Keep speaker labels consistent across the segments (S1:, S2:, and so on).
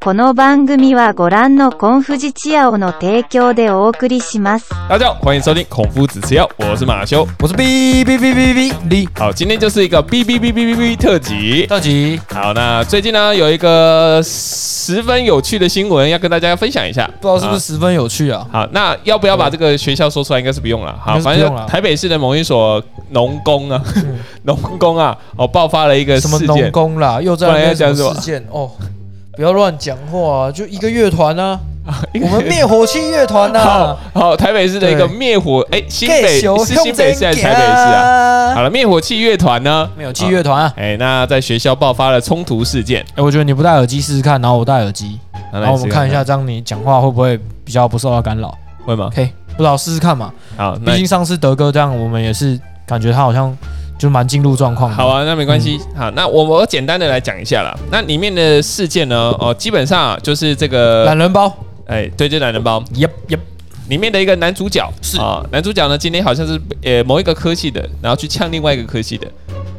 S1: この番組はご覧のコンフジチアオの提供でお送りします。
S2: 大家好，欢迎收听《孔夫子吃药》，我是马修。
S3: 我是 B B B B B 李
S2: 好，今天就是一个哔哔哔哔哔哔特辑。
S3: 特辑，
S2: 好，那最近呢有一个十分有趣的新闻要跟大家分享一下，
S3: 不知道是不是十分有趣啊？
S2: 好？好，那要不要把这个学校说出来？应该是不用了。好，
S3: 应该
S2: 反
S3: 是不用
S2: 正
S3: 啦
S2: 就台北市的某一所农工啊， 农工啊，哎哦，爆发了一个
S3: 什么
S2: 事
S3: 农
S2: 件。
S3: 工啦，又在
S2: 不然要
S3: 那
S2: 讲
S3: 边
S2: 什
S3: 什
S2: 么
S3: 么事件哦？不要乱讲话啊！就一个乐团 啊，
S2: 一个
S3: 我们灭火器乐团啊
S2: 好
S3: 呐，
S2: 好，台北市的一个
S3: 对
S2: 灭火，哎，新北
S3: 熊
S2: 是新北市还是台北市啊？好
S3: 啊？
S2: 了，灭火器乐团呢？
S3: 灭火器乐团啊！
S2: 哎、那在学校爆发了冲突事件，
S3: 哎，我觉得你不戴耳机试试看，然后我戴耳机，
S2: 然
S3: 然后我们看一下，这样你讲话会不会比较不受到干扰
S2: 会吗？
S3: ？OK，不知道试试看嘛。
S2: 好，嗯那
S3: 毕竟上次德哥这样，我们也是感觉他好像就蛮进入状况的。
S2: 好，啊，那没关系。
S3: 嗯
S2: 好，那我我简单的来讲一下啦。那里面的事件呢，哦，基本上啊就是这个，
S3: 懒人包
S2: 哎，对，这懒人包
S3: ，Yep Yep，
S2: 里面的一个男主角
S3: 是
S2: 啊、男主角呢今天好像是呃某一个科系的，然后去呛另外一个科系的，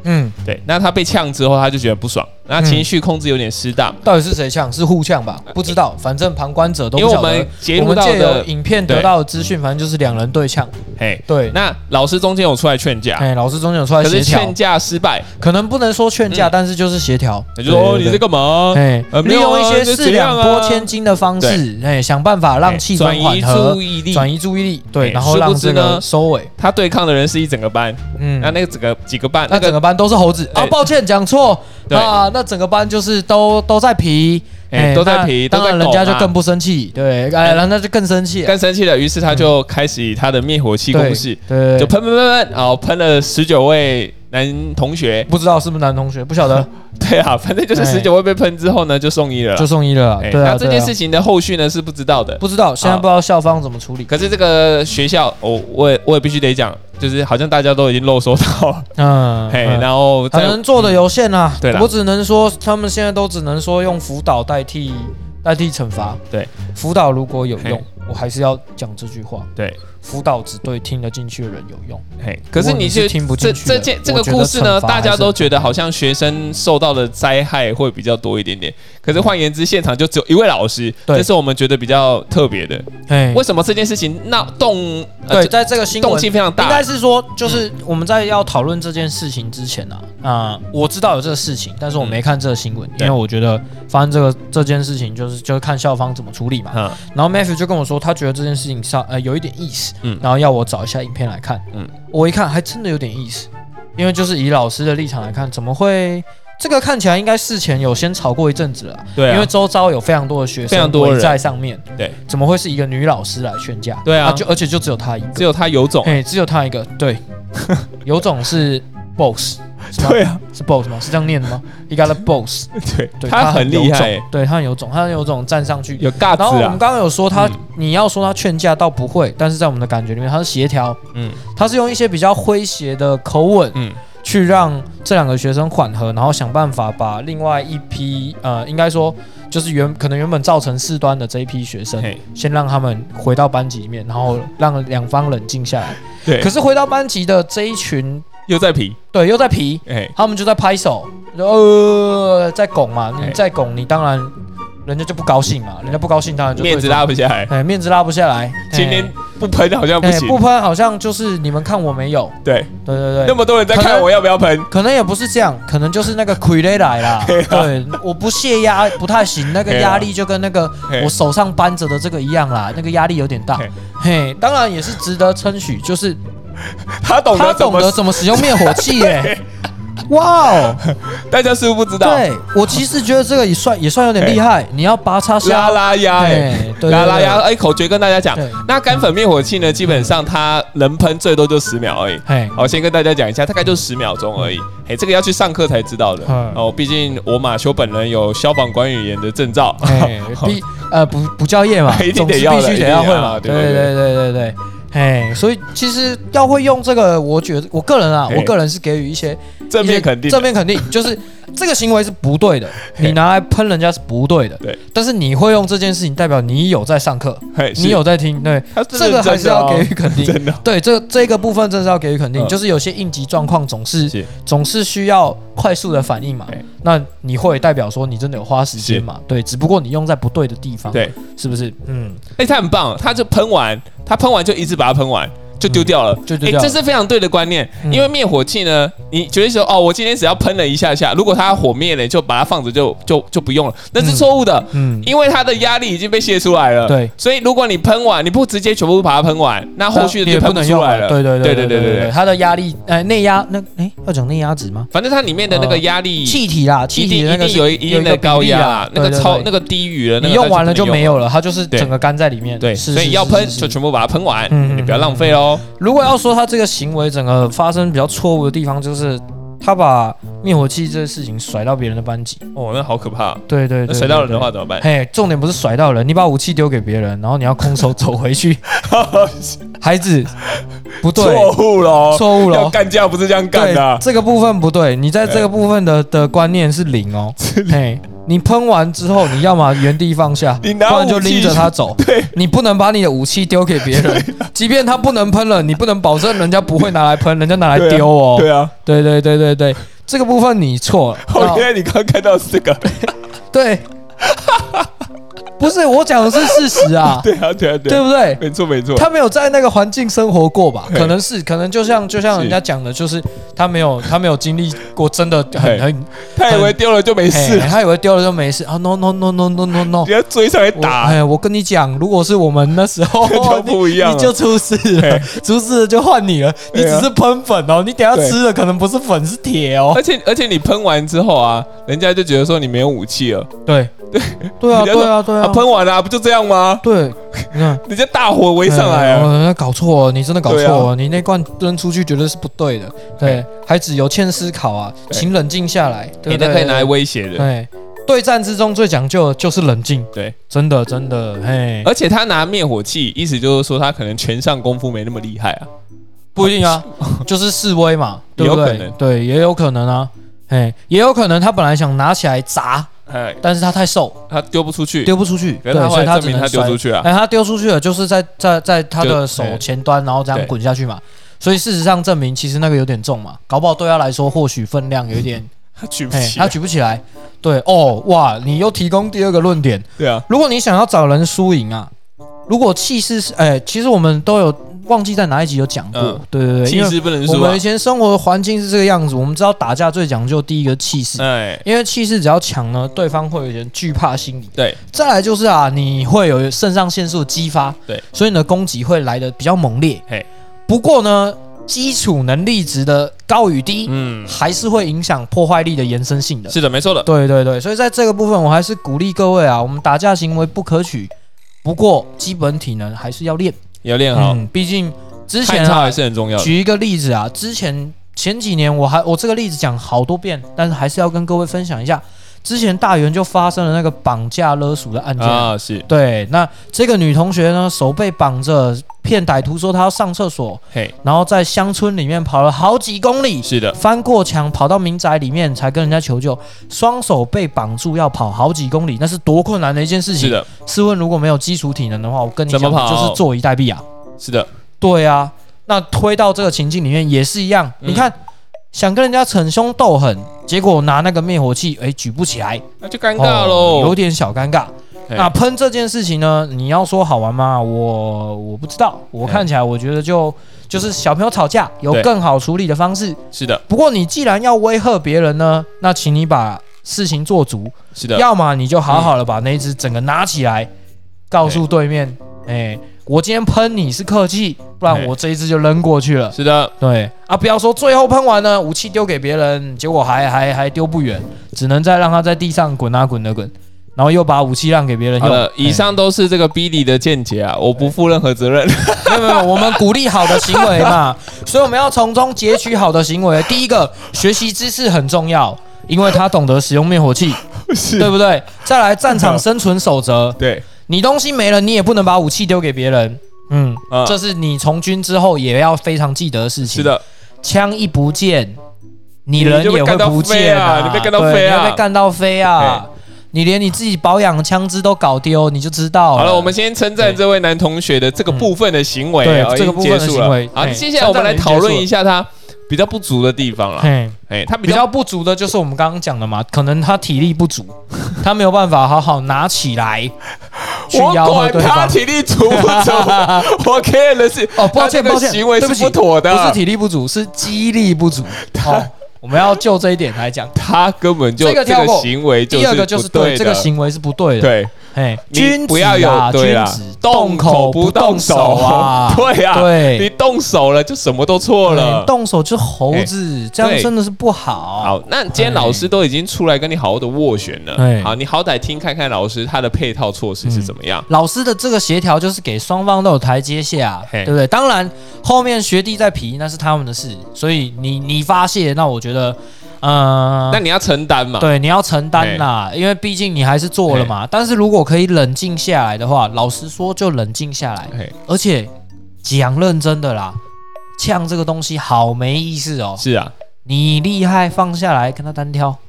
S3: 嗯，
S2: 对，那他被呛之后他就觉得不爽，那情绪控制有点失当，
S3: 到底是谁呛？是互呛吧？不知道，反正旁观者都
S2: 呃因为我
S3: 不晓得。
S2: 们截
S3: 我
S2: 录
S3: 们
S2: 到
S3: 借由
S2: 的，
S3: 影片
S2: 对
S3: 得到的资讯，反正就是两人对呛。
S2: 嘿，
S3: 对，
S2: 那老师中间有出来劝架，
S3: 哎，老师中间有出来
S2: 可
S3: 协
S2: 是劝
S3: 调，
S2: 架失败，
S3: 可能不能说劝架，但是就是协调。
S2: 他就说哦
S3: 对
S2: 你在，干嘛
S3: 对？对
S2: 呃
S3: 哎，
S2: 没
S3: 利
S2: 有啊
S3: 用一些四两拨千斤的方
S2: 就
S3: 式，哎，想办法让
S2: 哎
S3: 气
S2: 转
S3: 氛
S2: 移
S3: 缓和
S2: 注，意力，
S3: 转移注意力，
S2: 哎
S3: 对，然后
S2: 殊
S3: 让
S2: 不知
S3: 这
S2: 呢
S3: 个收尾。
S2: 他对抗的人是一整个班，
S3: 嗯
S2: 那，那个整个几个班，
S3: 那
S2: 那个
S3: 整个班都是猴子
S2: 哎
S3: 啊！抱歉，讲错
S2: 对
S3: 啊！那整个班就是都都在皮，
S2: 哎都在皮
S3: 那
S2: 都
S3: 当
S2: 在
S3: 然
S2: 拱
S3: 人家就
S2: 啊
S3: 更不生气，对，哎，人家就更生气了，
S2: 更生气了，于是他就开始以他的灭火器攻势，
S3: 嗯对，
S2: 就
S3: 对
S2: 喷喷喷喷，然后喷了十九位男同学。
S3: 不知道是不是男同学，不晓得
S2: 对啊，反正就是
S3: 哎
S2: 十九位被喷之后呢，就送医了啦。
S3: 就送医了啊。
S2: 哎
S3: 对啊，
S2: 那这件事
S3: 对啊
S2: 情的后续呢是不知道的。
S3: 不知道，现在
S2: 啊
S3: 不知道校方怎么处理。
S2: 可是这个学校，哦我我也我也必须得讲，就是好像大家都已经漏收到了，
S3: 嗯，
S2: 嘿，
S3: 嗯
S2: 然后
S3: 可
S2: 哎在
S3: 能做的有限啦
S2: 对啦。
S3: 我只能说，他们现在都只能说用辅导代替代替惩罚。
S2: 对，
S3: 辅导如果有
S2: 嘿
S3: 用，我还是要讲这句话。
S2: 对，
S3: 辅导只对听得进去的人有用。
S2: 嘿，可是
S3: 如果
S2: 你
S3: 你
S2: 是
S3: 是听不
S2: 这
S3: 进去的
S2: 这件这个
S3: 我觉得
S2: 故事呢，
S3: 惩罚
S2: 大家
S3: 还是
S2: 都觉得好像学生受到的灾害会比较多一点点。可是换言之，现场就只有一位老师，
S3: 对
S2: 这是我们觉得比较特别的。
S3: 哎
S2: 为什么这件事情闹动？呃
S3: 对，
S2: 这
S3: 在这个新闻
S2: 动静非常
S3: 应
S2: 大嗯
S3: 该。是说，就是我们在要讨论这件事情之前啊，啊、我知道有这个事情，但是我没看这个新闻，因
S2: 嗯对
S3: 为我觉得发生这个这件事情就是就是看校方怎么处理嘛。
S2: 嗯，
S3: 然后 Matthew 就跟我说，他觉得这件事情上呃有一点意思，
S2: 嗯
S3: 然后要我找一下影片来看，
S2: 嗯
S3: 我一看还真的有点意思，因为就是以老师的立场来看，怎么会？这个看起来应该事前有先吵过一阵子了啊，
S2: 对啊
S3: 因为周遭有非常多的学
S2: 非常
S3: 生
S2: 多人
S3: 围在上面，
S2: 对，
S3: 怎么会是一个女老师来劝架？
S2: 对啊
S3: 就而且就只有她一个，
S2: 只有他有种。
S3: 哎、只有他一个，对， 有种是 boss，是吗
S2: 对啊，
S3: 是 boss 吗？是这样念的吗？He got a boss，
S2: 对，
S3: 对
S2: 他很厉害
S3: 有
S2: 欸
S3: 种，对他很有种，他很有种站上去。
S2: 有尬
S3: 然后
S2: 子
S3: 我
S2: 啊
S3: 们。刚刚有说他，
S2: 嗯
S3: 你要说他劝架倒不会，但是在我们的感觉里面，他是协调，
S2: 嗯
S3: 他是用一些比较诙谐的口吻
S2: 嗯，
S3: 去让这两个学生缓和，然后想办法把另外一批呃，应该说就是原可能原本造成事端的这一批学生，
S2: 嘿，
S3: 先让他们回到班级里面，然后让两方冷静下来。
S2: 对
S3: 可，是回到班级的这一群，
S2: 又在皮，
S3: 对，又在皮，
S2: 哎，
S3: 他们就在拍手，就呃，在拱嘛，
S2: 哎
S3: 你在拱，你当然人家就不高兴嘛，人家不高兴，当然就对
S2: 面子拉不下来。
S3: 哎，面子拉不下来。
S2: 今天不喷好像不
S3: 哎哎
S2: 行
S3: 不。喷，好像就是你们看我没有，
S2: 对，
S3: 对对
S2: 那
S3: 对。
S2: 么多人在看我要不要喷？
S3: 可能也不是这样，可能就是那个傀儡来 啦。对，我不泄压不太行，那个
S2: 哎呀
S3: 压力就跟那个
S2: 嘿
S3: 我手上扳着的这个一样啦，那个压力有点大
S2: 哎。
S3: 嘿，当然也是值得称许，就是
S2: 他懂
S3: 他
S2: 得哦怎
S3: 懂得
S2: 么，
S3: 怎么使用灭火器 耶。哇哦！
S2: 大家似乎不知道。
S3: 对我其实觉得这个也算也算有点厉害，你要拔插
S2: 拉
S3: 销，
S2: 拉鸭、欸，
S3: 对对对
S2: 拉拉
S3: 对
S2: 鸭，哎、口诀跟大家讲
S3: 对，
S2: 那干粉灭火器呢，基本上它能喷最多就十秒而已。
S3: 嘿，
S2: 好，先跟大家讲一下，大概就十秒钟而已。哎，这个要去上课才知道的
S3: 嗯。
S2: 哦，毕竟我马修本人有消防管理员的证照。
S3: 嘿，必呃不不教业嘛
S2: 哦 ，一定
S3: 总
S2: 得
S3: 之
S2: 要的
S3: 必须得要会嘛，
S2: 一
S3: 对
S2: 定得要
S3: 对对对对对，哎，所以其实要会用这个，我觉得我个人啊，
S2: 嘿
S3: 我个人是给予一些
S2: 正面肯
S3: 一
S2: 定
S3: 些
S2: 的，
S3: 正面肯定，就是这个行为是不对的， 你拿来喷人家是不对的。
S2: 对，
S3: 但是你会用这件事情，代表你有在上课，
S2: 嘿
S3: 你有在听，对，
S2: 他
S3: 这个还是要给予肯定。
S2: 真的哦，
S3: 对，这这个部分真的是要给予肯定，
S2: 嗯
S3: 就是有些应急状况总是
S2: 是
S3: 总是需要快速的反应嘛
S2: 对。
S3: 那你会代表说你真的有花时间嘛？对，只不过你用在不对的地方，，
S2: 对，
S3: 是不是？嗯，
S2: 哎，他很棒，他就喷完，他喷完就一直把它喷完。就丢掉了，
S3: 就丢
S2: 哎
S3: 掉了
S2: 这是非常对的观念。
S3: 嗯
S2: 因为灭火器呢，你觉得说哦，我今天只要喷了一下下，如果它火灭了，你就把它放着就就就不用了，那是
S3: 嗯
S2: 错误的，
S3: 嗯，
S2: 因为它的压力已经被泄出来了。
S3: 对，
S2: 所以如果你喷完，你不直接全部把它喷完，那后续的
S3: 也
S2: 就
S3: 不
S2: 喷不
S3: 能
S2: 出
S3: 用
S2: 来了。
S3: 对对
S2: 对
S3: 对
S2: 对
S3: 对
S2: 对
S3: 对，它的压力，呃，内压那哎，要讲内压值吗？
S2: 反正它里面的那个压力
S3: 呃气体啦，气
S2: 一
S3: 体
S2: 定
S3: 的那
S2: 一
S3: 个
S2: 定
S3: 是
S2: 有一定
S3: 一
S2: 的高
S3: 比例
S2: 压
S3: 啦，，
S2: 那个
S3: 对对
S2: 超
S3: 对
S2: 那个低于了，那个
S3: 你用完了就没
S2: 有。
S3: 有了，它就是
S2: 对
S3: 整个干在里面。
S2: 对，
S3: 是
S2: 所以要喷。
S3: 是
S2: 就
S3: 是
S2: 是全部把它喷完，
S3: 嗯
S2: 你不要浪费哦。
S3: 如果要说他这个行为整个发生比较错误的地方，就是他把灭火器这个事情甩到别人的班级。
S2: 哦，那好可怕。
S3: 对对对
S2: 那
S3: 对，
S2: 水到人的
S3: 对
S2: 话。怎么 办？
S3: 嘿，重点不是甩到人，你把武器丢给别人，然后你要空手走回去，孩子，不对，
S2: 错误喽，
S3: 错误
S2: 要
S3: 了。
S2: 干架不是这样干
S3: 对
S2: 的啊。哎
S3: 这个部分不对，你在这个部分的的观念是零哦。嘿，你喷完之后，你要么原地放下，
S2: 你拿
S3: 不然就
S2: 武器
S3: 拎着他走。
S2: 对，
S3: 你不能把你的武器丢给别 人，即便他不能喷了，你不能保证人家不会拿来喷，人家拿来丢哦。
S2: 对啊。
S3: 对对对对对，这个部分你错了。
S2: 我原来你刚刚看到是 这个，
S3: 那对， 不是我讲的是事实啊，
S2: 对啊，对啊，对
S3: 对
S2: 啊，
S3: 不对？
S2: 没错没错。
S3: 他没有在那个环境生活过吧？
S2: 对
S3: 可能是，可能就像就像人家讲的，就是他没有他没有经历过，真的
S2: 对
S3: 很很
S2: 他以为丢了就没事
S3: 嘿，他以为丢了就没事啊！No No No No No No No，
S2: 人家追上来
S3: 我
S2: 打，
S3: 哎，我跟你讲，如果是我们那时 候
S2: 就不一样了
S3: 你你就出事了
S2: 嘿，
S3: 出事了就换你了，你
S2: 对啊
S3: 只是喷粉哦，你等下
S2: 对哎
S3: 吃的可能不是粉是铁哦
S2: 而。且而且你喷完之后啊，人家就觉得说你没有武器了。
S3: 对对对
S2: 人
S3: 啊
S2: 家说
S3: 对啊对
S2: 啊，
S3: 啊，
S2: 喷完了不就这样吗？
S3: 对，你看。
S2: 人家大火围上来
S3: 哎
S2: 啊，
S3: 哦搞错了，你真的搞错
S2: 对啊
S3: 了，你那罐扔出去绝对是不对的。对
S2: 嘿，
S3: 孩子有欠思考啊，
S2: 对
S3: 请冷静下来，对
S2: 你
S3: 不
S2: 哎
S3: 对？哎
S2: 那可以拿来威胁的。
S3: 对，对战之中最讲究的就是冷静。
S2: 对，呃
S3: 真的真的，嘿，
S2: 而且他拿灭火器，意思就是说他可能拳上功夫没那么厉害啊。
S3: 不一定啊， 就是示威嘛，
S2: 也
S3: 对 不
S2: 有可
S3: 对
S2: 能？
S3: 对，也有可能啊，哎，也有可能他本来想拿起来砸，
S2: 哎，
S3: 但是他太瘦，
S2: 他丢不出去，
S3: 丢不出去，
S2: 可
S3: 对，
S2: 是他后
S3: 所以
S2: 来
S3: 他
S2: 证
S3: 只
S2: 明
S3: 能
S2: 他丢出
S3: 摔。
S2: 去啊。
S3: 哎，他丢出去了，就是在在在他
S2: 就
S3: 的手
S2: 哎
S3: 前端，然后这
S2: 对
S3: 样滚下去嘛。所以事实上证明，其实那个有点重嘛，搞不好对他来说，或许分量有一点，
S2: 他举不
S3: 哎，
S2: 起
S3: 他
S2: 啊，
S3: 举不起来。对哦，哇，你又提供第二个论点，
S2: 对啊，
S3: 如果你想要找人输赢啊，如果气势是，哎、其实我们都有忘记在哪一集有讲过，
S2: 嗯
S3: 对对对，
S2: 气
S3: 因为
S2: 势不能
S3: 我
S2: 输啊
S3: 们以。前生活的环境是这个样子，我们知道打架最讲究第一个气势。
S2: 哎，
S3: 因为气势只要强呢，对方会有点惧怕心理。
S2: 对，
S3: 再来就是啊，你会有肾上腺素的激发，
S2: 对，
S3: 所以你的攻击会来的比较猛烈。
S2: 嘿，
S3: 不过呢，基础能力值的高与低，
S2: 嗯，
S3: 还是会影响破坏力的延伸性的。
S2: 是的，没错的。
S3: 对对对，所以在这个部分，我还是鼓励各位啊，我们打架行为不可取，不过基本体能还是要练。嗯
S2: 要练嗯好，，
S3: 毕竟之
S2: 看
S3: 前
S2: 差
S3: 啊
S2: 还，是很重要的。
S3: 举一个例子啊，之前前几年我还我这个例子讲好多遍，但是还是要跟各位分享一下，之前大园就发生了那个绑架勒索的案件。
S2: 啊，是，
S3: 对，那这个女同学呢，手被绑着，骗歹徒说她要上厕所，
S2: 嘿，
S3: 然后在乡村里面跑了好几公里，
S2: 是的，
S3: 翻过墙跑到民宅里面才跟人家求救，双手被绑住要跑好几公里，那是多困难的一件事情。
S2: 是，的，
S3: 试问如果没有基础体能的话，我跟你讲，
S2: 怎么跑
S3: 就是坐以待毙啊。
S2: 是的，
S3: 对啊，那推到这个情境里面也是一样，
S2: 嗯
S3: 你看想跟人家逞凶斗狠，结果拿那个灭火器，哎，举不起来，
S2: 那就尴尬喽。
S3: 哦有点小尴尬。
S2: 嘿
S3: 那喷这件事情呢，你要说好玩吗？我我不知道，我
S2: 嘿
S3: 看起来我觉得就就是小朋友吵架有
S2: 对
S3: 更好处理的方式。
S2: 是的，
S3: 不过你既然要威吓别人呢，那请你把事情做足，
S2: 是的，
S3: 要么你就好好的把那一只整个拿起来，告诉对面，哎、我今天喷你是客气，不然
S2: 对
S3: 我这一只就扔过去了。
S2: 是的，
S3: 对啊，不要说最后喷完呢，武器丢给别人，结果还还还丢不远，只能再让他在地上滚啊滚的滚，然后又把武器让给别人
S2: 好
S3: 用。
S2: 了，以
S3: 哎
S2: 上都是这个 Billy 的见解啊，我不负任何责任。
S3: 没哎有没有没有，我们鼓励好的行为嘛， 所以我们要从中截取好的行为。第一个，学习知识很重要，因为他懂得使用灭火器，
S2: 是
S3: 对不对？再来，战场生存守则，
S2: 对，
S3: 你东西没了，你也不能把武器丢给别人。嗯，
S2: 啊、
S3: 这是你从军之后也要非常记得的事情。
S2: 是，的，
S3: 枪一不见，你
S2: 你
S3: 人
S2: 就被
S3: 也会
S2: 干到
S3: 不
S2: 飞
S3: 见
S2: 啊你被干到
S3: 对
S2: 飞啊
S3: 你会被干到飞啊！你连你自己保养的枪支都搞丢，你就知道
S2: 好了，我们先称赞这位男同学的这个部分的行为，
S3: 对
S2: 哦已
S3: 这
S2: 经
S3: 个部
S2: 结
S3: 分的
S2: 束
S3: 行
S2: 了
S3: 为。
S2: 好，
S3: 哎
S2: 接下来我们来
S3: 称赞已
S2: 讨
S3: 经
S2: 论
S3: 结束
S2: 一下他比较不足的地方了。
S3: 嘿
S2: 哎，他比
S3: 比
S2: 较
S3: 较不足的就是我们刚刚讲的嘛，可能他体力不足，他没有办法好好拿 起来去
S2: 我
S3: 吆喝
S2: 管
S3: 对
S2: 他
S3: 方。
S2: 体力足不足，我 care 的是
S3: 哦，抱
S2: 他这
S3: 歉
S2: 个
S3: 抱歉，
S2: 行为
S3: 对
S2: 是
S3: 起
S2: 不妥的，啊
S3: 不是体力不足，是肌力 不足。好、我们要就这一点来讲。
S2: 他根本就
S3: 这个跳过
S2: 行为就是
S3: 第二个就是
S2: 不对的，
S3: 这个行为是不对的。
S2: 对，
S3: 对，
S2: 你
S3: 君子
S2: 不要有
S3: 啊，
S2: 对
S3: 君
S2: 啦
S3: 子，
S2: 动口不
S3: 不
S2: 动手，
S3: 手啊
S2: 对啊，
S3: 对
S2: 你动手了就什么都错了
S3: 对。动手就是猴子，这
S2: 对
S3: 样真的是不好。
S2: 好，那今天老师都已经出来跟你好好的斡旋了，
S3: 哎
S2: 好，你好歹听看看老师他的配套措施是怎么样。
S3: 老师的这个协调就是给双方都有台阶下，
S2: 嘿
S3: 对不对？当然，后面学弟在皮那是他们的事，所以你你发泄，那我觉得，嗯、
S2: 那你要承担嘛？
S3: 对，你要承担啦，因为毕竟你还是做了嘛。但是如果可以冷静下来的话，老实说就冷静下来，
S2: 嘿，
S3: 而且讲认真的啦，呛这个东西好没意思哦。
S2: 是啊，
S3: 你厉害，放下来跟他单挑。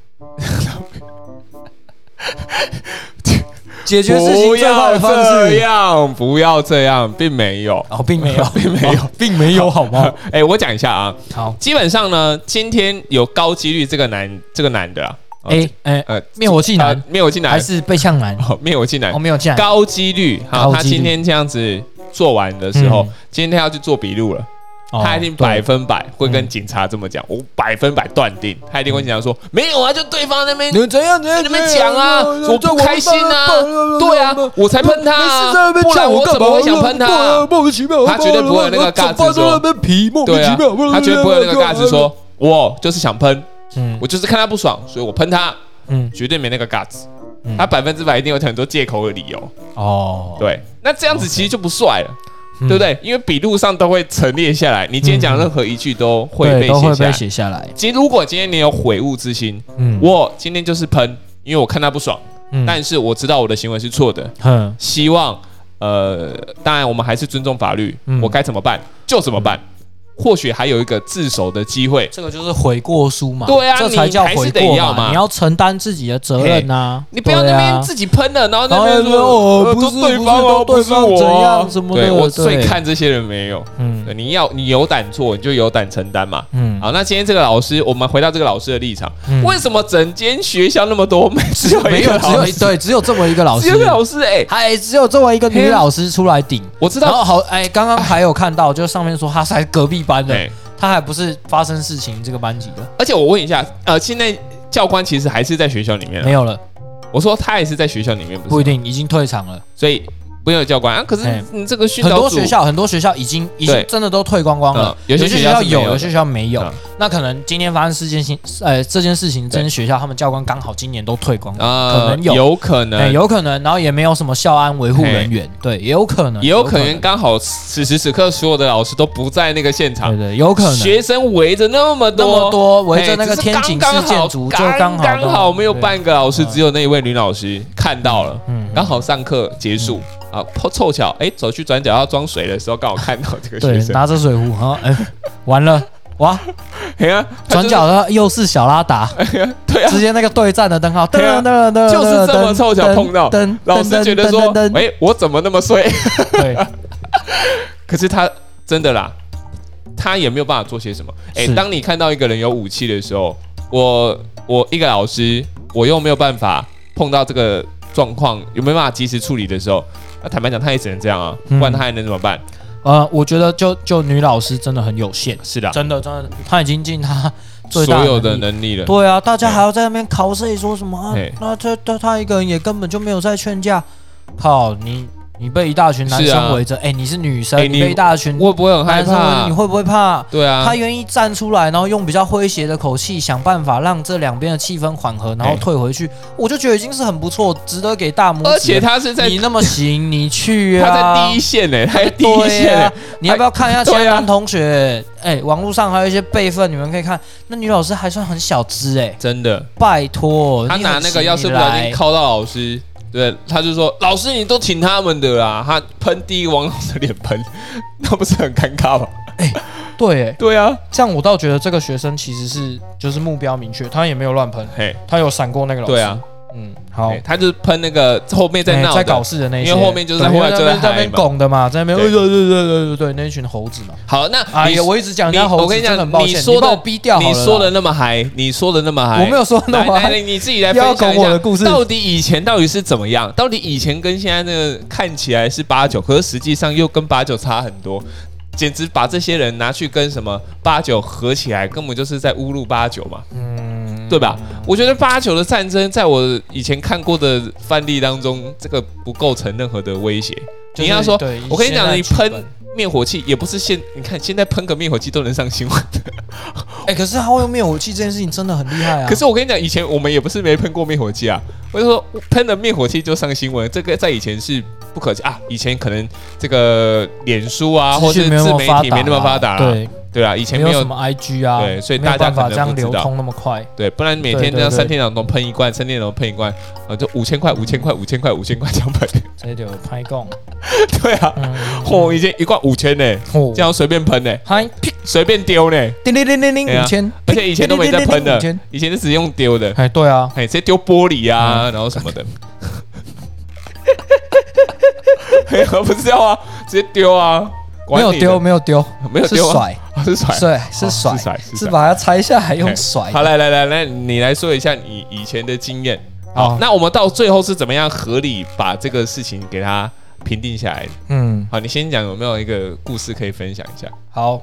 S3: 解决事情
S2: 不
S3: 最快
S2: 要
S3: 的方
S2: 这
S3: 式
S2: 样，不要这样，并没有。
S3: 哦，并没有，
S2: 并没有
S3: 哦，并没有，好吗？
S2: 哎，我讲一下啊，
S3: 好，
S2: 基本上呢，今天有高几率这个男这个男的啊，哦
S3: 哎哎，
S2: 呃
S3: 灭火器男
S2: 呃灭火器男
S3: 还是被呛男？
S2: 哦灭火器男
S3: 我没有呛，
S2: 高几率哈，
S3: 高
S2: 他
S3: 几率
S2: 今天这样子做完的时候
S3: 嗯，
S2: 今天要去做笔录了。
S3: 哦嗯
S2: 他一定百分百会跟警察这么讲，我百分百断定，他一定会跟警察说没有啊，就对方那边
S3: 对你怎样怎
S2: 在
S3: 样
S2: 那边讲啊，我不开心啊，对啊，我才喷他啊，
S3: 不
S2: 不然我怎么会想喷他啊？
S3: 莫名其妙
S2: 他绝对不会有那个尬字说
S3: 边皮，莫
S2: 对啊，他绝对不会有那个尬子说，我就是想喷，
S3: 嗯
S2: 我就是看他不爽，所以我喷他，
S3: 嗯
S2: 绝对没那个尬子
S3: 嗯。
S2: 他百分之百一定有很多借口和理由，
S3: 哦，
S2: 对，那这样子其实就不帅了，对不对？因为笔录上都会陈列下来，你今天讲任何一句都会
S3: 对？
S2: 被
S3: 都
S2: 写
S3: 会
S2: 下
S3: 被
S2: 来。
S3: 写下来。
S2: 今如果今天你有悔悟之心，
S3: 嗯
S2: 我今天就是喷，因为我看他不爽，
S3: 嗯
S2: 但是我知道我的行为是错的，
S3: 哼
S2: 希望呃，当然我们还是尊重法律，
S3: 嗯
S2: 我该怎么办就怎么办，或许还有一个自首的机会。
S3: 这个就是悔过书嘛，
S2: 对啊
S3: 这才叫悔
S2: 你还是得
S3: 过
S2: 要嘛
S3: 你要承担自己的责任呐、
S2: 你不要那
S3: 对
S2: 边
S3: 啊
S2: 自己喷了，然后那
S3: 然
S2: 边
S3: 后
S2: 说
S3: 哦
S2: 呃
S3: 不
S2: 都
S3: 是
S2: 对方哦，
S3: 不是
S2: 是我
S3: 对方怎
S2: 哦
S3: 样什么的
S2: 对我
S3: 对
S2: 最看这些人没有，对
S3: 嗯
S2: 你要你有胆做，你就有胆承担嘛。
S3: 嗯，
S2: 好，那今天这个老师，我们回到这个老师的立场，
S3: 嗯
S2: 为什么整间学校那么多，只有一
S3: 没
S2: 个
S3: 有只有
S2: 老
S3: 一
S2: 师？
S3: 对，只有这么一个老
S2: 只
S3: 师
S2: 有，一个老师哎、
S3: 还只有这么一个女老师出来顶。
S2: 我知
S3: 然后
S2: 道，
S3: 好，哎，刚刚还有看到，就是上面说她是还隔壁班的，
S2: 哎，
S3: 她还不是发生事情这个班级的，
S2: 而且我问一下，呃，现在教官其实还是在学校里面啊
S3: 没，有了，
S2: 我说他也是在学校里面，不
S3: 不一
S2: 是？
S3: 定已经退场了。
S2: 所以不用有教官啊。可是
S3: 哎
S2: 你这个训
S3: 很
S2: 导
S3: 多
S2: 组
S3: 学，校很多学校已经已
S2: 对
S3: 经真的都退光光了，
S2: 嗯有些
S3: 些
S2: 学
S3: 学
S2: 校是
S3: 有，
S2: 没有的
S3: 有些学校没有
S2: 嗯。
S3: 那可能今天发生事件性，呃，这件事情，
S2: 对
S3: 这些学校他们教官刚好今年都退光光，
S2: 呃，
S3: 可能有
S2: 有可
S3: 哎，
S2: 能，
S3: 有可能，然后也没有什么校安维护人员，对，也啊有可能，
S2: 也有可能，刚好此时此刻所有的老师都不在那个现
S3: 对
S2: 场，
S3: 对，嗯有可能。
S2: 学生围着那么
S3: 那
S2: 多
S3: 么多
S2: 哎
S3: 围着那个
S2: 只是
S3: 天井
S2: 刚
S3: 式
S2: 刚好
S3: 建筑，就
S2: 刚
S3: 刚好
S2: 刚
S3: 都
S2: 好没有
S3: 对
S2: 半个老师，
S3: 嗯
S2: 只有那一位女老师看到了，
S3: 嗯
S2: 刚好上课结束啊，凑凑巧，哎，走去转角要装水的时候，刚好看到这个
S3: 对
S2: 学，生，
S3: 拿着水壶，然后哎，完了，哇，
S2: 哎呀，他就
S3: 转
S2: 是
S3: 角的又是小拉达，
S2: 对啊
S3: 直。接那个对战的灯号，噔
S2: 对啊
S3: 噔噔呃噔，
S2: 就是这么凑巧碰到
S3: 噔，
S2: 老师觉得说，
S3: 哎，
S2: 哎，我怎么那么衰？
S3: 对，
S2: 可是他真的啦，他也没有办法做些什么。哎，
S3: 是
S2: 当你看到一个人有武器的时候，我我一个老师，我又没有办法碰到这个状况，有没有办法及时处理的时候，那坦白讲，他也只能这样啊，不
S3: 嗯
S2: 然他还能怎么办？
S3: 呃，我觉的就就女老师真的很有限，啊
S2: 是的，
S3: 真的真的，她已经尽她最大
S2: 所有的
S3: 能力。
S2: 能力了。
S3: 对啊，大家还要在那边考试说什么啊
S2: 嘿？
S3: 那这这他一个人也根本就没有在劝架，靠你你被一大群男
S2: 是啊
S3: 生围着，哎，你是女生
S2: 哎，你
S3: 你被一大群
S2: 会不会很害
S3: 男生围着，
S2: 怕
S3: 你？会不会怕？
S2: 对啊，
S3: 他愿意站出来，然后用比较诙谐的口气，想办法让这两边的气氛缓和，然后
S2: 哎
S3: 退回去，我就觉得已经是很不错，值得给大拇指了。
S2: 而且他是在
S3: 你那么行，你去
S2: 他
S3: 啊！
S2: 在第一线呢，他在第一
S3: 对
S2: 线呢
S3: 啊。，你要不要看一下其他
S2: 对啊
S3: 男同学？哎、网络上还有一些备份，你们可以看。那女老师还算很小资哎、
S2: 真的，
S3: 拜托，
S2: 他
S3: 哦你很
S2: 拿那个
S3: 行
S2: 要是不小心
S3: 你来
S2: 靠到老师，对，他就说老师你都请他们的啦，他喷第一个往老师的脸喷，那不是很尴尬吗？
S3: 对，哎，
S2: 对啊，
S3: 这样我倒觉得这个学生其实是就是目标明确，他也没有乱喷，
S2: 嘿，
S3: 他有闪过那个老师。
S2: 对啊，
S3: 嗯，好
S2: 嘿，他就是喷那个后面在
S3: 哎
S2: 闹
S3: 在
S2: 的，
S3: 搞事的那些，
S2: 因为后面就是在
S3: 对
S2: 后来
S3: 因为
S2: 就在
S3: 那边在那边
S2: 嗨嘛
S3: 拱的嘛，在那边
S2: 对
S3: 对对对对对对，那一群猴子嘛。
S2: 好，那
S3: 哎
S2: 你
S3: 呀，我一直讲人
S2: 你
S3: 家猴子，
S2: 我跟你
S3: 真的
S2: 讲
S3: 很，抱
S2: 你
S3: 歉，
S2: 说
S3: 把我
S2: 的
S3: 逼掉好了
S2: 你
S3: 啦
S2: 说的那么嗨，你说的那么嗨，
S3: 我没有说 那
S2: 来
S3: 么
S2: 来
S3: 嗨
S2: 来，你自己来
S3: 不要
S2: 分享一
S3: 拱我
S2: 下
S3: 的故事
S2: 到底以前到底是怎么样？到底以前跟现在那个看起来是八九，可是实际上又跟八九差很多，简直把这些人拿去跟什么八九合起来，根本就是在侮辱八九嘛，
S3: 嗯，
S2: 对吧？我觉得八九的战争，在我以前看过的范例当中，这个不构成任何的威胁。
S3: 就是
S2: 你要说，
S3: 对
S2: 我跟你讲，你
S3: 现在
S2: 喷
S3: 的剧本
S2: 灭火器也不是现，你看现在喷个灭火器都能上新闻。
S3: 哎、可是他会用灭火器这件事情真的很厉害啊。
S2: 可是我跟你讲，以前我们也不是没喷过灭火器啊。我就说喷了灭火器就上新闻，这个在以前是不可及啊。以前可能这个脸书啊，或
S3: 资
S2: 是
S3: 讯
S2: 自
S3: 没有
S2: 媒体没那么发达、啦，
S3: 啊对，
S2: 对啊，以前
S3: 没
S2: 没
S3: 有
S2: 有
S3: 什么 IG 啊，
S2: 对所以
S3: 没
S2: 大
S3: 有
S2: 家
S3: 办法
S2: 可
S3: 这
S2: 能不
S3: 样
S2: 知
S3: 流
S2: 道
S3: 通那么快。
S2: 对，不然每
S3: 对
S2: 天
S3: 对
S2: 这样
S3: 对
S2: 三天两头喷一罐，三天两头喷一罐，啊，就五千块、五千块、五千块、五千块这样喷。
S3: 这就拍供，
S2: 对啊，
S3: 嗯，
S2: 嚯、以前一罐五千呢，
S3: 哦
S2: 这样随便喷呢，
S3: 嗨，屁
S2: 随便丢呢，
S3: 叮叮叮叮叮
S2: 哎呀
S3: 五千，
S2: 而且以前都没在喷的
S3: 叮叮叮叮叮五千，
S2: 以前就只用丢的，
S3: 哎，对啊，
S2: 哎，直接丢玻璃啊，
S3: 嗯
S2: 然后什么的。嘿不是要啊，直接丢啊，
S3: 没
S2: 管
S3: 有
S2: 你的
S3: 丢，，没有丢，
S2: 没有
S3: 是
S2: 丢啊，
S3: 甩，
S2: 哦是甩，
S3: 对，
S2: 哦
S3: 是甩，
S2: 是甩，是
S3: 是
S2: 甩。哎
S3: 把它拆下来用甩。
S2: 好，来来来来，你来说一下你以前的经验。好
S3: 好，
S2: 那我们到最后是怎么样合理把这个事情给它评定下来？
S3: 嗯，
S2: 好，你先讲有没有一个故事可以分享一下？
S3: 好，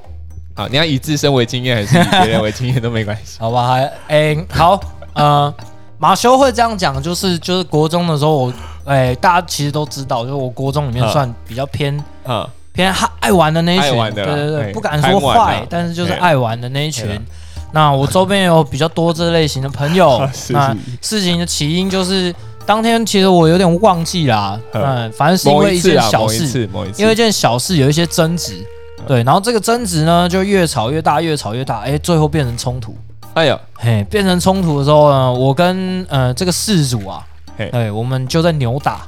S2: 好，你要以自身为经验还是以别人为经验都没关 系。
S3: 好吧，还，哎、好，呃，马修会这样讲，就是就是国中的时候我，哎、大家其实都知道，就是我国中里面
S2: 啊
S3: 算比较偏
S2: 啊，
S3: 偏爱爱玩的那一群，
S2: 爱玩的啦
S3: 对对
S2: 哎
S3: 对，不敢
S2: 贪
S3: 说
S2: 玩啊
S3: 坏，但是就是
S2: 哎
S3: 爱玩的那一
S2: 哎呀
S3: 群。那我周边有比较多这类型的朋友
S2: 啊 是，
S3: 那
S2: 是
S3: 事情的起因就是当天其实我有点忘记啦，
S2: 嗯
S3: 嗯，反正是因
S2: 某
S3: 为
S2: 一
S3: 一
S2: 次
S3: 件
S2: 啊，
S3: 小
S2: 某一
S3: 事，
S2: 次，嗯某一次，
S3: 因为这件小事有一些争执，对，然后这个争执呢就越吵越大，越吵越大，哎，最后变成冲突。
S2: 哎呀，
S3: 嘿，变成冲突的时候呢，我跟呃这个事主啊，
S2: 嘿
S3: 哎，我们就在 扭打。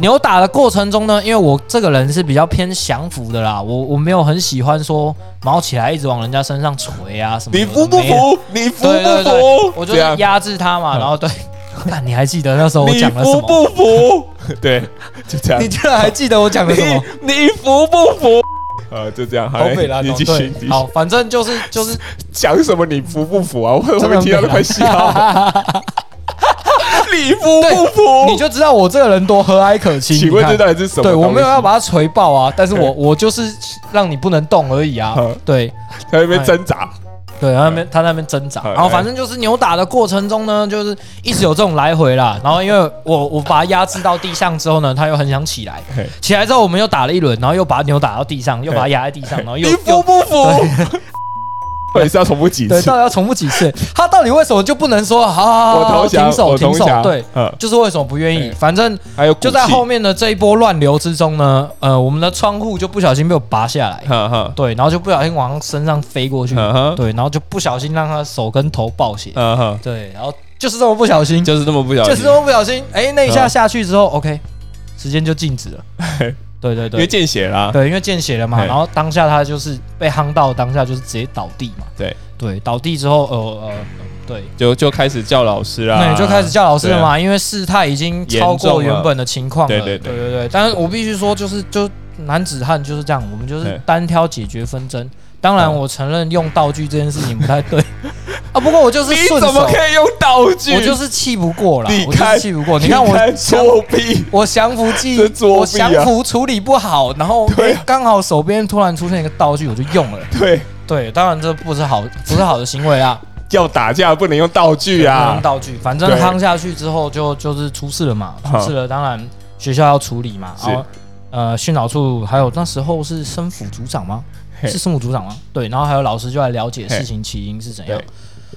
S3: 扭打的过程中呢，因为我这个人是比较偏降服的啦，我我没有很喜欢说毛起来一直往人家身上捶啊什么的。
S2: 你服不
S3: 没有？
S2: 服？你服
S3: 对对
S2: 不
S3: 对
S2: 服？
S3: 我就
S2: 这样
S3: 是压制他嘛，
S2: 嗯
S3: 然后对， 看你还记得那时候哦我
S2: 你
S3: 讲了什
S2: 服
S3: 么？
S2: 不服？ 对，就这样。
S3: 你居然还记得我讲了什么？
S2: 你你服不服？ 呃，就这样，好
S3: 好北兰
S2: 你
S3: 哦，
S2: 继续，
S3: 对
S2: 你，继续哦
S3: 好，反正就是就是
S2: 讲什么？你服不服啊？我我
S3: 真
S2: 们
S3: 的
S2: 听到都快笑了。 你服不
S3: 你
S2: 服？
S3: 就知道我这个人多和蔼可亲。
S2: 请
S3: 你
S2: 问
S3: 看
S2: 这到底是什么东
S3: 对
S2: 西？
S3: 我没有要把它锤爆啊，但是我我就是让你不能动而已啊
S2: 好。
S3: 对
S2: 在那
S3: 哎
S2: 边挣扎。
S3: 对，他那边他那边挣扎，
S2: 好
S3: 然后反正就是扭打的过程中呢，就是一直有这种来回啦。然后因为我我把他压制到地上之后呢，他又很想起来
S2: 嘿，
S3: 起来之后我们又打了一轮，然后又把他扭打到地上，又把他压在地上，然后
S2: 你
S3: 又
S2: 服
S3: 又
S2: 不服？到底是要重复几
S3: 对，
S2: 次
S3: 到？底要重复几次？他到底为什么就不能说好好
S2: 我
S3: 好好
S2: 投降，
S3: 停手
S2: 我
S3: 停
S2: 投
S3: 手？
S2: 降。
S3: 对，
S2: 嗯，
S3: 就是为什么不愿意？
S2: 对
S3: 反正
S2: 还有
S3: 就在后
S2: 面。
S3: 面的这一波乱流之中呢，呃，我们的窗户就不小心被我拔下来，
S2: 哈哈
S3: 对，然后就不小心往他身上飞过去，
S2: 哈哈
S3: 对，然后就不小心让他手跟头爆血，
S2: 哈哈，
S3: 对，然后就是这么不小心，
S2: 嗯
S3: 就
S2: 就是这么不小心，
S3: 是这么不小心，哎，那一下下去之后、o k 时间就静 止了，对对
S2: 因为
S3: 对，
S2: 见血啦。
S3: 对，因为见血了嘛，
S2: 嘿
S3: 然后当下他就是被夯到，当下就是直接倒地嘛，
S2: 对
S3: 对，倒地之后，呃呃，呃对。
S2: 就就开始叫老师啦，
S3: 那你就开始叫老师了
S2: 啊对啊
S3: 嘛，因为事态已经超
S2: 严重
S3: 过
S2: 了
S3: 原本的情况了。
S2: 对对对
S3: 对对对，但是我必须说，就是就男子汉就是这样，我们就是
S2: 对
S3: 单挑解决纷争。当然，我承认用道具这件事情不 太对啊，不过我就是
S2: 你
S3: 顺
S2: 怎
S3: 手
S2: 么可，以用道具？
S3: 我就是气不过啦，
S2: 你
S3: 我就
S2: 看
S3: 是气不过。你看我降
S2: 作弊，
S3: 我降服技
S2: 这，作弊啊
S3: 我降服处理不好，然后
S2: 对啊
S3: 哎刚好手边突然出现一个道具，我就用了。
S2: 对，
S3: 对，当然这不是好，不是好的行为啊。
S2: 要打架不能用道具
S3: 不
S2: 啊
S3: 能。道具，反正
S2: 对
S3: 夯下去之后就就是出事了嘛，
S2: 好
S3: 出事了，当然学校要处理嘛。
S2: 啊是
S3: 然后呃，训导处还有那时候是生辅组长吗？
S2: 嘿
S3: 是生辅组长吗？对，然后还有老师就来了解事情起因是怎样
S2: 对。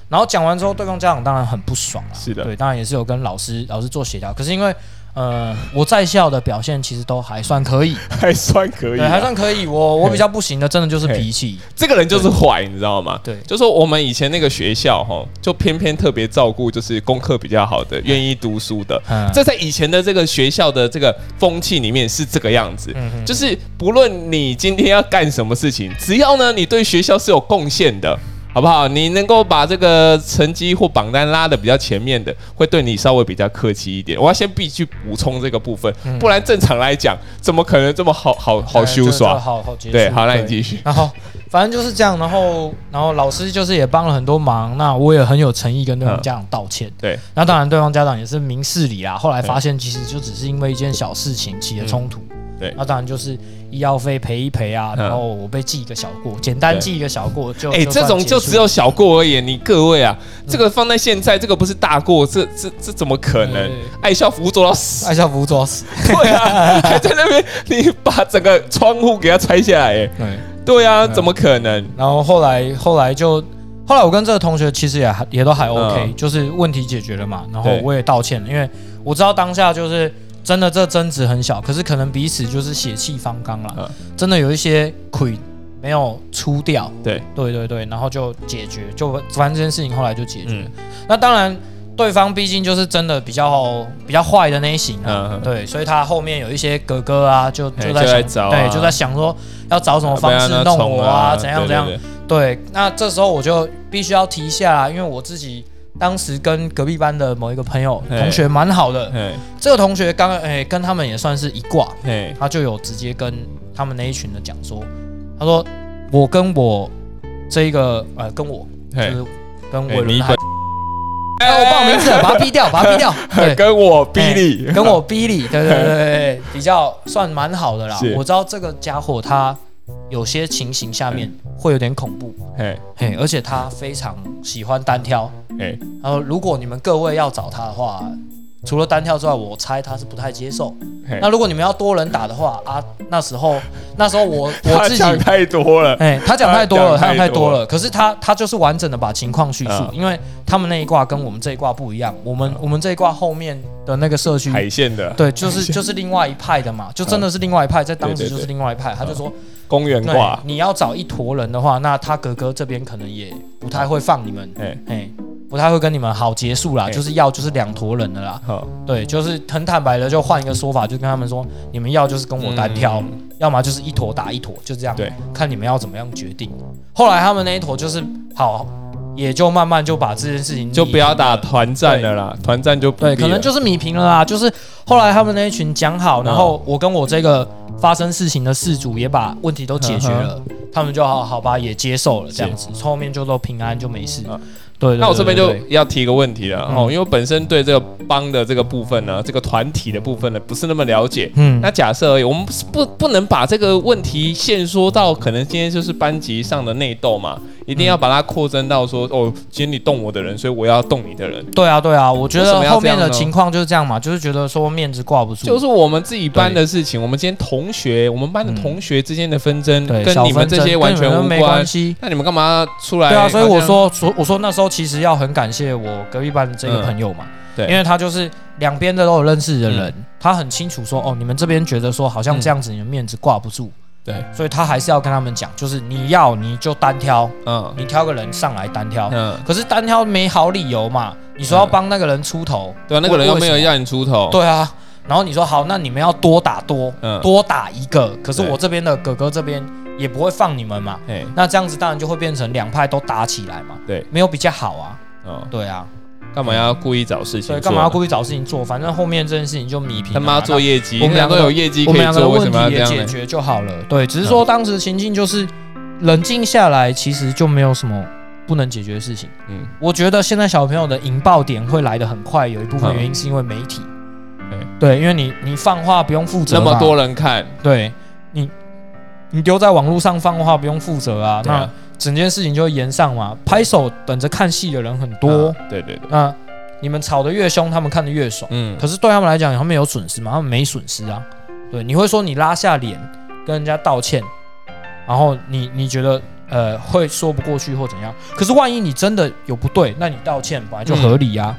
S3: 然后讲完之后，对方家长当然很不爽啊，
S2: 是的
S3: 对，当然也是有跟老师老师做协调，可是因为呃，我在校的表现其实都还算可以，
S2: 还算可以
S3: 对，
S2: 啊、
S3: 还算可以。我我比较不行的，真的就是
S2: 嘿
S3: 脾气。
S2: 这个人就是坏，你知道吗？
S3: 对
S2: 就说我们以前那个学校哈，就偏偏特别照顾就是功课比较好的、愿意读书的。
S3: 嗯，
S2: 这在以前的这个学校的这个风气里面是这个样子，
S3: 嗯嗯
S2: 就是不论你今天要干什么事情，只要呢你对学校是有贡献的，好不好？你能够把这个成绩或榜单拉的比较前面的，会对你稍微比较客气一点。我要先必须补充这个部分，
S3: 嗯
S2: 不然正常来讲，怎么可能这么好好好
S3: 修
S2: 修
S3: 耍，
S2: 耍？
S3: 呃好好结束
S2: 对，好，那你继续。
S3: 然后反正就是这样，然后然后老师就是也帮了很多忙，那我也很有诚意跟
S2: 嗯
S3: 对方家长道歉。
S2: 对，
S3: 那当然对方家长也是明事理啦，后来发现其实就只是因为一件小事情起了冲突。
S2: 嗯对
S3: 那当然就是医药费赔一赔啊，
S2: 嗯
S3: 然后我被记一个小过，简单
S2: 对
S3: 记一个小过就。
S2: 哎、
S3: 算
S2: 这种就
S3: 结束
S2: 只有小过而已。你各位啊，
S3: 嗯
S2: 这个放在现在，这个不是大过，这这这怎么可能
S3: 对对对？
S2: 爱校服务做到死，
S3: 爱笑服作死。
S2: 对啊，还在那边，你把整个窗户给它拆下来，哎
S3: 对，
S2: 对啊，
S3: 嗯
S2: 怎么可能？
S3: 然后后来后来就后来我跟这个同学其实也还也都还 OK，、
S2: 嗯
S3: 就是问题解决了嘛。然后
S2: 对
S3: 我也道歉了，因为我知道当下就是真的这争执很小，可是可能彼此就是血气方刚啦，
S2: 嗯
S3: 真的有一些亏没有出掉。
S2: 对，
S3: 对对对，然后就解决，就反正这件事情后来就解决。
S2: 嗯
S3: 那当然。对方毕竟就是真的比较比较坏的那一型
S2: 嗯
S3: 啊，
S2: 嗯
S3: 对，所以他后面有一些哥哥啊，就
S2: 哎就
S3: 就在
S2: 来
S3: 想，
S2: 找啊
S3: 对，就在想说要找什么方式弄我啊，怎样怎样，
S2: 对对对
S3: 对，那这时候我就必须要提一下啦，因为我自己当时跟隔壁班的某一个朋友
S2: 嘿
S3: 同学蛮好的，
S2: 嘿，
S3: 这个同学刚诶、跟他们也算是一挂，啊
S2: 嘿，
S3: 他就有直接跟他们那一群的讲说，他说我跟我这一个呃跟我就
S2: 嘿
S3: 是跟
S2: 嘿
S3: 伟
S2: 你
S3: 伦还
S2: 滚，
S3: 哎我报名字了，把他逼掉，把他 逼掉，对。
S2: 跟我比哎你，
S3: 跟我逼你，对对对对 对，比较算蛮好的啦
S2: 是。
S3: 我知道这个家伙他有些情形下面
S2: 嗯
S3: 会有点恐怖，
S2: 嘿，
S3: 嘿，而且他非常喜欢单挑。
S2: 嘿，
S3: 然后如果你们各位要找他的话，除了单挑之外，我猜他是不太接受。
S2: 嘿
S3: 那如果你们要多人打的话啊，那时候那时候 我我
S2: 他
S3: 自己。
S2: 讲太多了，
S3: 哎、他讲太多了，
S2: 他
S3: 他
S2: 讲
S3: 讲太
S2: 太
S3: 多
S2: 多了
S3: 了。可是他他就是完整的把情况叙述，
S2: 嗯
S3: 因为他们那一卦跟我们这一卦不一样。我们、我们这一卦后面的那个社区
S2: 海鲜的
S3: 对，就是就是另外一派的嘛，就真的是另外一派，在当时
S2: 对对
S3: 就是
S2: 对
S3: 另外一派。他就说，
S2: 公园
S3: 对
S2: 挂，，
S3: 你要找一坨人的话，那他哥哥这边可能也不太会放你们，
S2: 嘿，
S3: 哎，不太会跟你们好结束啦，
S2: 哎
S3: 就是要就是两坨人的啦。
S2: 好，
S3: 对，就是很坦白的，就换一个说法，就跟他们说，你们要就是跟我单挑，要么就是一坨打一坨，就这样，
S2: 嗯对，
S3: 看你们要怎么样决定。后来他们那一坨就是好，也就慢慢就把这件事情
S2: 就不要
S3: 理平
S2: 打
S3: 了
S2: 团战了啦，团战就不
S3: 对，
S2: 利
S3: 可能
S2: 了
S3: 就是米平了啦。就是后来他们那一群讲好，
S2: 嗯
S3: 然后我跟我这个发生事情的事主也把问题都解决
S2: 嗯
S3: 了，他们就好好吧，也接受了这样子，后面就都平安就没事。
S2: 嗯
S3: 对对
S2: 那我这边
S3: 对
S2: 就
S3: 对
S2: 要提一个问题了
S3: 嗯
S2: 哦，因为我本身对这个帮的这个部分呢，这个团体的部分呢，不是那么了解。
S3: 嗯
S2: 那假设而已，我们不不能把这个问题限缩到可能今天就是班级上的内斗嘛，一定要把它扩增到
S3: 嗯
S2: 说哦，今天你动我的人，所以我要动你的人。
S3: 对啊对啊，我觉
S2: 为什
S3: 得
S2: 么要
S3: 后面
S2: 这样
S3: 的
S2: 呢
S3: 情况就是这样嘛，就是觉得说面子挂不住，
S2: 就是我们自己班的事情，我们今天同学，我们班的同学之间的纷争，
S3: 嗯对
S2: 跟
S3: 小
S2: 你们
S3: 纷
S2: 这
S3: 争
S2: 些完
S3: 跟你
S2: 全
S3: 们
S2: 无
S3: 没
S2: 关
S3: 关。系。
S2: 那你们干嘛出来？
S3: 对啊，所以
S2: 好像
S3: 我，说，所我说那时候其实要很感谢我隔壁班的这个
S2: 嗯
S3: 朋友嘛，
S2: 对嗯
S3: 因为他就是两边的都有认识的人，他很清楚说，哦，你们这边觉得说好像这样子你的面子挂不住，
S2: 对，
S3: 所以他还是要跟他们讲，就是你要你就单挑，
S2: 嗯
S3: 你挑个人上来单挑，
S2: 嗯，
S3: 可是单挑没好理由嘛，你说要帮那个人出头，
S2: 对啊，那个人又没有
S3: 为
S2: 要你出头。
S3: 对啊，然后你说好，那你们要多打多，
S2: 嗯
S3: 多打一个，可是
S2: 对
S3: 我这边的哥哥这边也不会放你们嘛，
S2: 哎，
S3: 那这样子当然就会变成两派都打起来嘛，
S2: 对，
S3: 没有比较好啊，
S2: 哦，
S3: 对啊，
S2: 干嘛要故意找事情
S3: 所
S2: 做
S3: 以
S2: 呢？
S3: 干嘛要故意找事情做？反正后面这件事情就米平了
S2: 啊他
S3: 嘛
S2: 妈做业绩，
S3: 我们两个
S2: 都有业绩
S3: 我
S2: 可
S3: 们
S2: 以
S3: 两个
S2: 做，为什
S3: 问题
S2: 么要这
S3: 也
S2: 样
S3: 解
S2: 呢？嗯
S3: 决就好了。对，只是说当时情境就是冷静下来，其实就没有什么不能解决的事情。
S2: 嗯，
S3: 我觉得现在小朋友的引爆点会来得很快，有一部分
S2: 嗯
S3: 原因是因为媒体。
S2: 对
S3: 对，因为你你放话不用负
S2: 嗯
S3: 责
S2: 哎那
S3: 嘛
S2: 么多人看，
S3: 对你你丢在网络上放话不用负责啊，
S2: 对
S3: 那
S2: 啊
S3: 整件事情就会延上嘛。拍手等着看戏的人很多，
S2: 啊对对对，
S3: 那你们吵得越凶，他们看得越爽。
S2: 嗯，
S3: 可是对他们来讲，他们有损失吗？他们没损失啊。对，你会说你拉下脸跟人家道歉，然后你你觉得呃会说不过去或怎样？可是万一你真的
S2: 嗯
S3: 有不对，那你道歉本来就合理啊。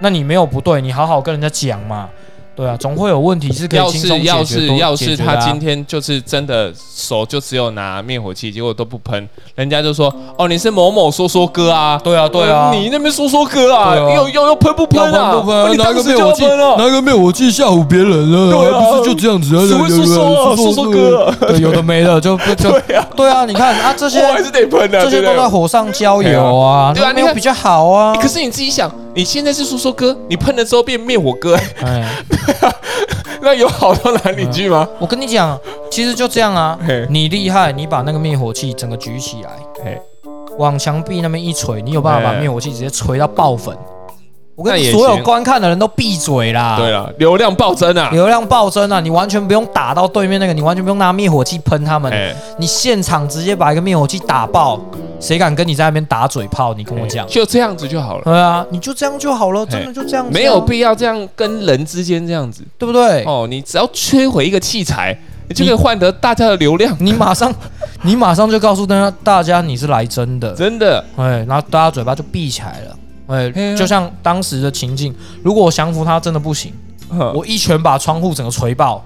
S3: 那你没有不对，你好好跟人家讲嘛。对啊，总会有问题是可以
S2: 要
S3: 轻松
S2: 是
S3: 解决
S2: 要是
S3: 都
S2: 要
S3: 解
S2: 是
S3: 决
S2: 他
S3: 的啊
S2: 今天就是真的手就只有拿灭火器，结果都不喷，人家就说哦你是某某说说哥啊，
S3: 对啊对啊，
S2: 你那边说说哥啊，
S3: 对啊
S2: 又又又喷不喷啊？
S3: 要喷不喷
S2: 你
S4: 拿
S2: 当
S4: 个
S2: 时
S4: 灭
S2: 就
S4: 火
S2: 要
S4: 器，
S2: 喷啊？
S4: 拿个灭火器吓唬别人了，
S2: 对啊
S4: 还不是就这样子啊？
S2: 只会说说啊说说哥啊，
S3: 对有的没的就不就对啊对啊，你看啊这些
S2: 我还是得喷的，
S3: 这
S2: 对
S3: 些
S2: 不对
S3: 都在火上浇油啊，
S2: 对啊对啊你
S3: 没有
S2: 看
S3: 比较好啊
S2: 欸。可是你自己想，你现在是说说哥，你喷了之后变灭火哥，
S3: 哎，
S2: 那有好到哪里去吗？
S3: 我跟你讲，其实就这样啊
S2: 嘿，
S3: 你厉害，你把那个灭火器整个举起来
S2: 嘿，
S3: 往墙壁那边一锤，你有办法把
S2: 哎
S3: 灭火器直接锤到爆粉。我
S2: 那
S3: 跟
S2: 也
S3: 所有
S2: 行
S3: 观看的人都闭嘴啦。
S2: 对了，流量暴增啊！
S3: 啊流量暴增啊！你完全不用打到对面那个，你完全不用拿灭火器喷他们，
S2: 哎，
S3: 你现场直接把一个灭火器打爆，谁敢跟你在那边打嘴炮？你跟我讲，
S2: 就这样子就好了，
S3: 对啊，你就这样就好了，真的
S2: 哎
S3: 就这样子啊、
S2: 没有必要这样跟人之间这样子。
S3: 对不对？
S2: 哦，你只要摧毁一个器材，你就可以换得大家的流量。
S3: 你马上，你马上就告诉大家，大家你是来真的，
S2: 真的，
S3: 哎，然后大家嘴巴就闭起来了。
S2: 嘿
S3: 哎，
S2: 啊
S3: 就像当时的情境，如果我降服他真的不行，
S2: 我
S3: 呃我一拳把窗户整个锤爆，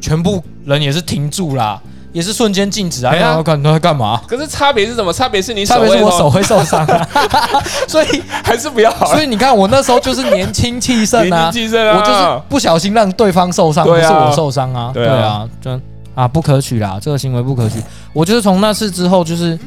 S3: 全部人也是停住啦，也是瞬间静止啊！
S2: 哎呀
S3: 要看他在干嘛？
S2: 可是差别是什么？差别是 你
S3: 差
S2: 手
S3: 别
S2: 会
S3: 是我
S2: 痛
S3: 手会受伤、啊， 所以
S2: 哦还是不要好啊
S3: 所以你看我那时候就是年轻气盛啊
S2: 年，纪盛啊，
S3: 我就是不小心让对方受伤，不
S2: 对
S3: 是
S2: 啊
S3: 我受伤啊，对
S2: 对
S3: 啊
S2: 啊，
S3: 真啊不可取啦，这个行为不可取。我就是从那次之后就是，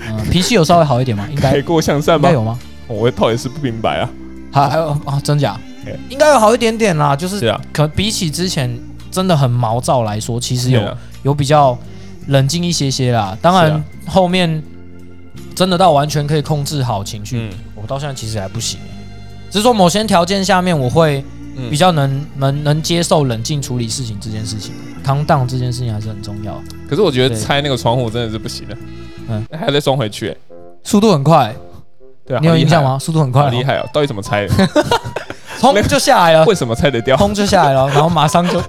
S3: 呃脾气有稍微好一点嘛，应该
S2: 改
S3: 应
S2: 过向善吗
S3: 该？有吗？
S2: 我到底是不明白啊。
S3: 还还有啊，真假
S2: 对？
S3: 应该有好一点点啦，就是是
S2: 啊，
S3: 可比起之前真的很毛躁来说，其实有
S2: 对啊
S3: 有比较冷静一些些啦。当然
S2: 是啊
S3: 后面真的到完全可以控制好情绪，
S2: 嗯
S3: 我到现在其实还不行，只是说某些条件下面我会
S2: 嗯
S3: 比较能、能能接受冷静处理事情这件事情扛 o 这件事情还是很重要，
S2: 可是我觉得
S3: 对
S2: 拆那个窗户真的是不行的，
S3: 嗯
S2: 嗯，还得装回去、欸，
S3: 速度很快，
S2: 对啊，
S3: 你有
S2: 好厉
S3: 印
S2: 害
S3: 象
S2: 啊？
S3: 吗？速度很快
S2: 好
S3: 哦，
S2: 厉害哦！到底怎么 拆的？
S3: 轰就下来了，
S2: 为什么拆得掉？
S3: 轰就下 来了，然后马上就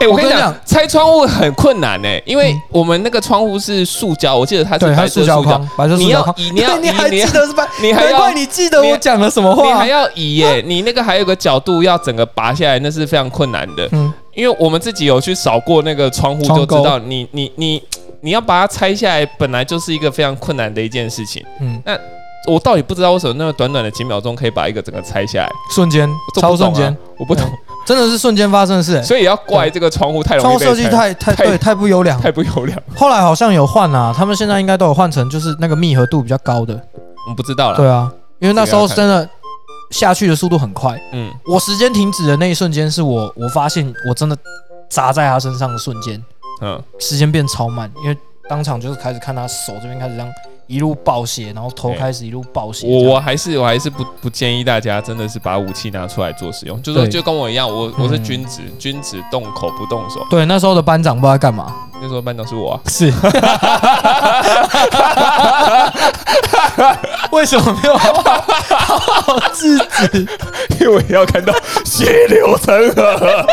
S2: 哎、
S3: 我
S2: 我跟你
S3: 跟你嗯
S2: 讲，拆窗户很困难哎、因为我们那个窗户是塑胶，我记得它是
S3: 对，它
S2: 白
S3: 是
S2: 色
S3: 塑胶
S2: 胶，
S3: 框，白色塑
S2: 你
S3: 胶
S2: 要
S3: 框。
S2: 移，你要移，
S3: 你还
S2: 你
S3: 记
S2: 要
S3: 得是白？
S2: 你还
S3: 难
S2: 要
S3: 怪你记得我讲了什么
S2: 你
S3: 话
S2: 还。要移耶、
S3: 啊
S2: 你那个还有个角度要整个拔下来，那是非常困难 的。
S3: 嗯，
S2: 因为我们自己有去扫过那个窗户，
S3: 窗
S2: 就
S3: 钩
S2: 知道你你你你要把它拆下来，本来就是一个非常困难的一件事情。
S3: 嗯
S2: 嗯，那我到底不知道为什么那么短短的几秒钟可以把一个整个拆下来，
S3: 瞬间，
S2: 我
S3: 超
S2: 都不懂
S3: 瞬
S2: 啊
S3: 间，，嗯
S2: 我不懂，
S3: 真的是瞬间发生的 事。欸
S2: 所以要怪这个窗户太容
S3: 窗
S2: 易
S3: 户
S2: 被
S3: 设计
S2: 拆
S3: 太太
S2: 太
S3: 对太不优良了。
S2: 太不优良，
S3: 后来好像有换啊，他们现在应该都有换成就是那个密合度比较高的。
S2: 我们不知道了。
S3: 对啊，因为那时候真的下去的速度很快，
S2: 嗯，
S3: 我时间停止的那一瞬间，是我我发现我真的砸在他身上的瞬间，
S2: 嗯，
S3: 时间变超慢，因为当场就是开始看他手这边开始这样一路爆血，然后头
S2: 对
S3: 开始一路爆血。
S2: 我
S3: 这样
S2: 我还是我还是不不建议大家真的是把武器拿出来做使用，就说
S3: 对
S2: 就跟我一样，我我是
S3: 嗯
S2: 君子，君子动口不动手。
S3: 对那时候的班长不知道在干嘛，
S2: 那时候班长是我啊，
S3: 是，为什么没有好好好好制止？
S2: 因为我也要看 到血流成河。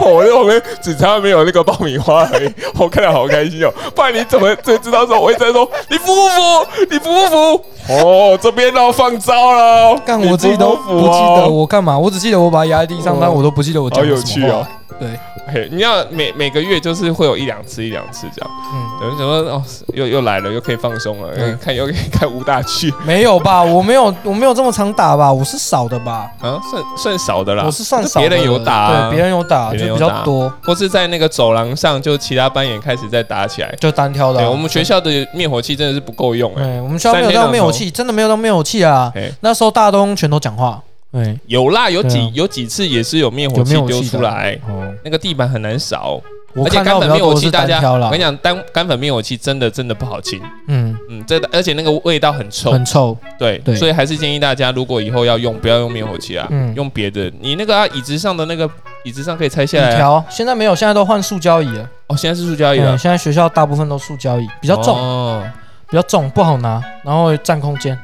S2: 我在旁边只差没有那个爆米花而已， 我看到好开心哦。不然你怎么就知道说我一直在说你服不服？你服不服？哦，这边要放招了哦，
S3: 干
S2: 你
S3: 我自己都
S2: 服
S3: 不
S2: 服
S3: 记
S2: 哦
S3: 得我干嘛，我只记得我把它压在地上，
S2: 哦
S3: 但我都不记得我讲
S2: 好有
S3: 了什
S2: 趣
S3: 么
S2: 哦
S3: 话。对，
S2: 嘿，你要每每个月就是会有一两次一两次这样，
S3: 嗯。
S2: 有人想说哦，又又来了，又可以放松了，又可以看又可以看武大去
S3: 没有吧？我没有，我没有这么常打吧？我是少的吧？
S2: 啊，算算少的啦
S3: 我。是算少的。
S2: 别人有打啊
S3: 对，别人有打
S2: 别人
S3: 就
S2: 有啊
S3: 比较多，
S2: 或是在那个走廊上，就其他班也开始在打起来。
S3: 就单挑的
S2: 对，
S3: 啊。
S2: 我们学校的灭火器真的是不够用哎、
S3: 对，我们学校没有到灭火器，真的没有到灭火器啊
S2: 嘿。
S3: 那时候大家都用拳头讲话，对，
S2: 有啦，有几、
S3: 对啊
S2: 有几次也是有灭火
S3: 有
S2: 器
S3: 灭火
S2: 丢
S3: 器
S2: 出
S3: 的
S2: 来，
S3: 哦，
S2: 那个地板很难扫，
S3: 我
S2: 而且
S3: 看
S2: 干
S3: 到
S2: 粉
S3: 比较
S2: 灭火
S3: 多的
S2: 器
S3: 是
S2: 大
S3: 单
S2: 家，
S3: 挑
S2: 我
S3: 啦
S2: 跟你。讲，单干粉灭火器真的真的不好清，
S3: 嗯，
S2: 嗯，这而且那个味道很臭，
S3: 很臭。
S2: 对，
S3: 对
S2: 所以还是建议大家，如果以后要用，不要用灭火器啊，
S3: 嗯
S2: 用别的。你那个、啊、椅子上的那个椅子上可以拆下
S3: 一
S2: 来、啊。
S3: 条现在没有，现在都换塑胶椅了。
S2: 哦，现在是塑胶椅了，
S3: 嗯，现在学校大部分都塑胶椅，比
S2: 比
S3: 较重，
S2: 哦，
S3: 比较重，不好拿，然后占空间。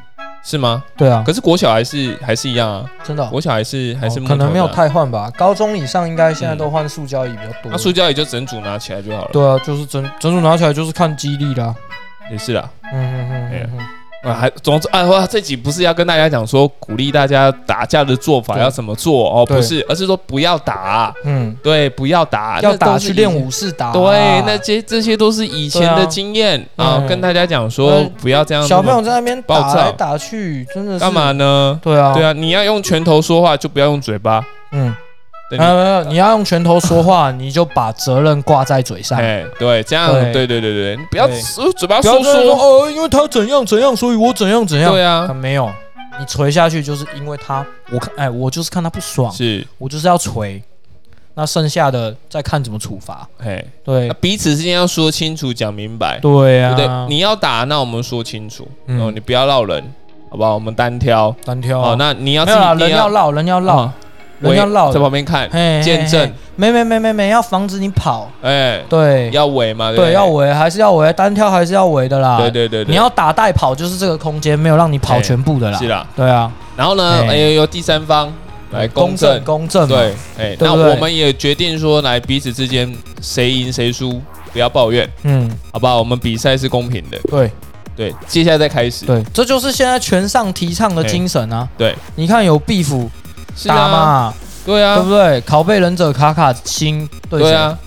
S2: 是吗？
S3: 对啊，
S2: 可是国小还是还是一样啊，
S3: 真的哦。
S2: 国小还是还是、
S3: 哦可能没有。太换吧，高中以上应该现在都换塑胶椅比较多。
S2: 那塑胶椅就整组拿起来就好了。
S3: 对啊，就是整整组拿起来就是看肌力啦。
S2: 也是啦。
S3: 嗯嗯
S2: 哎呀
S3: 嗯嗯，
S2: 啊，还总之啊，哇，这集不是要跟大家讲说鼓励大家打架的做法
S3: 对
S2: 要怎么做哦，
S3: 对
S2: 不是，而是说不要打，
S3: 嗯，
S2: 对，不要打，
S3: 要
S2: 啊那都
S3: 打
S2: 是
S3: 去
S2: 以
S3: 练
S2: 前。
S3: 武士打啊、
S2: 对，那这这些都是以前
S3: 对
S2: 的
S3: 啊
S2: 经验啊
S3: 嗯，
S2: 跟大家讲说
S3: 嗯
S2: 不要这样。
S3: 小朋友在那边
S2: 暴
S3: 打
S2: 躁
S3: 来打去，真的是
S2: 干嘛？呢？
S3: 对啊，
S2: 对，啊，你要用拳头说话，就不要用嘴巴。
S3: 嗯，
S2: 对
S3: 没有没有，你要用拳头说 话，你就把责任挂在嘴上。
S2: 哎，对，这样，
S3: 对
S2: 对对对对，你不要
S3: 对
S2: 说嘴巴
S4: 不要
S2: 说
S4: 再说
S2: 说。
S4: 哦，因为他怎样怎样，所以我怎样怎样。
S2: 对啊
S3: 啊，，没有，你捶下去就是因为他，我看，哎，我就是看他不爽，
S2: 是，
S3: 我就是要捶。那剩下的再看怎么处罚。
S2: 哎，
S3: 对
S2: 那彼此之间要说清楚、讲明白，
S3: 对
S2: 对
S3: 啊，
S2: 不对？你要打，那我们说清楚，
S3: 嗯
S2: 哦，你不要闹人，好不好？我们单挑。
S3: 单挑
S2: 哦，那你要
S3: 没
S2: 自
S3: 有啦，
S2: 己一
S3: 人
S2: 定
S3: 要绕，人要绕，
S2: 啊
S3: 人要绕
S2: 在，旁边看，
S3: 嘿嘿
S2: 见证
S3: 嘿没没没没没，要防止你跑。
S2: 哎，
S3: 对，
S2: 要围嘛，对不
S3: 对，要。围还是要围，单挑还是要围的啦。
S2: 对对对对，
S3: 你要打带跑，就是这个空间没有让你跑全部的啦。
S2: 是啦。
S3: 对啊，
S2: 然后呢，
S3: 哎
S2: 哎，由第三方来公正，
S3: 公正嘛，
S2: 对，哎，
S3: 对
S2: 那
S3: 不对
S2: 我们也决定说，来彼此之间谁赢谁输，不要抱怨，
S3: 嗯，
S2: 好不好？我们比赛是公平的，
S3: 对
S2: 对，接下来再开始，
S3: 对，这就是现在拳上提倡的精神啊。
S2: 对，
S3: 你看有 beef
S2: 是
S3: 打
S2: 啊，
S3: 嘛，
S2: 对
S3: 对不
S2: 啊，
S3: 对？拷贝忍者卡卡星对
S2: 对
S3: 谁？
S2: 啊，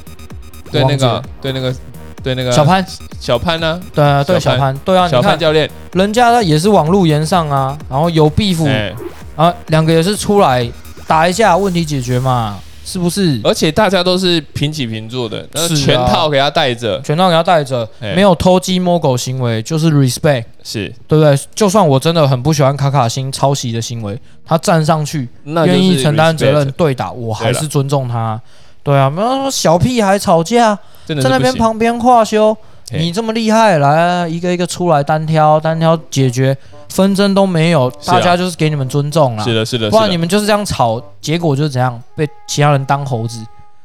S2: 对那
S3: 忘
S2: 个
S3: 记，
S2: 对那个，对那个
S3: 小潘，
S2: 小潘呢，
S3: 对啊，对
S2: 小
S3: 小
S2: 潘
S3: 潘，对啊，
S2: 小
S3: 你
S2: 潘
S3: 看
S2: 教练，
S3: 人家也是网路言上啊，然后有 beef
S2: 哎，
S3: 啊，两个也是出来打一下，问题解决嘛，是不是？
S2: 而且大家都是平起平坐的，那
S3: 是啊
S2: 全套给他带着，
S3: 拳套给他带着，
S2: 哎
S3: 没有偷鸡摸狗行为，就是 respect。
S2: 是，
S3: 对不对？就算我真的很不喜欢卡卡星抄袭的行为，他站上去
S2: 那就是
S3: 愿意承担责任
S2: respect，
S3: 对打，我还
S2: 对
S3: 是
S2: 了
S3: 尊重他。对啊，没有说小屁孩吵架，
S2: 真的
S3: 在
S2: 是
S3: 那
S2: 不
S3: 边
S2: 行
S3: 旁边画修，
S2: 嘿
S3: 你这么厉害，来啊一个一个出来单挑，单挑解决纷争都没有，
S2: 是啊
S3: 大家就是给你们尊重啦。
S2: 是的，是的，
S3: 不
S2: 是
S3: 然
S2: 的
S3: 你们就是这样吵，结果就是怎样被其他人当猴子，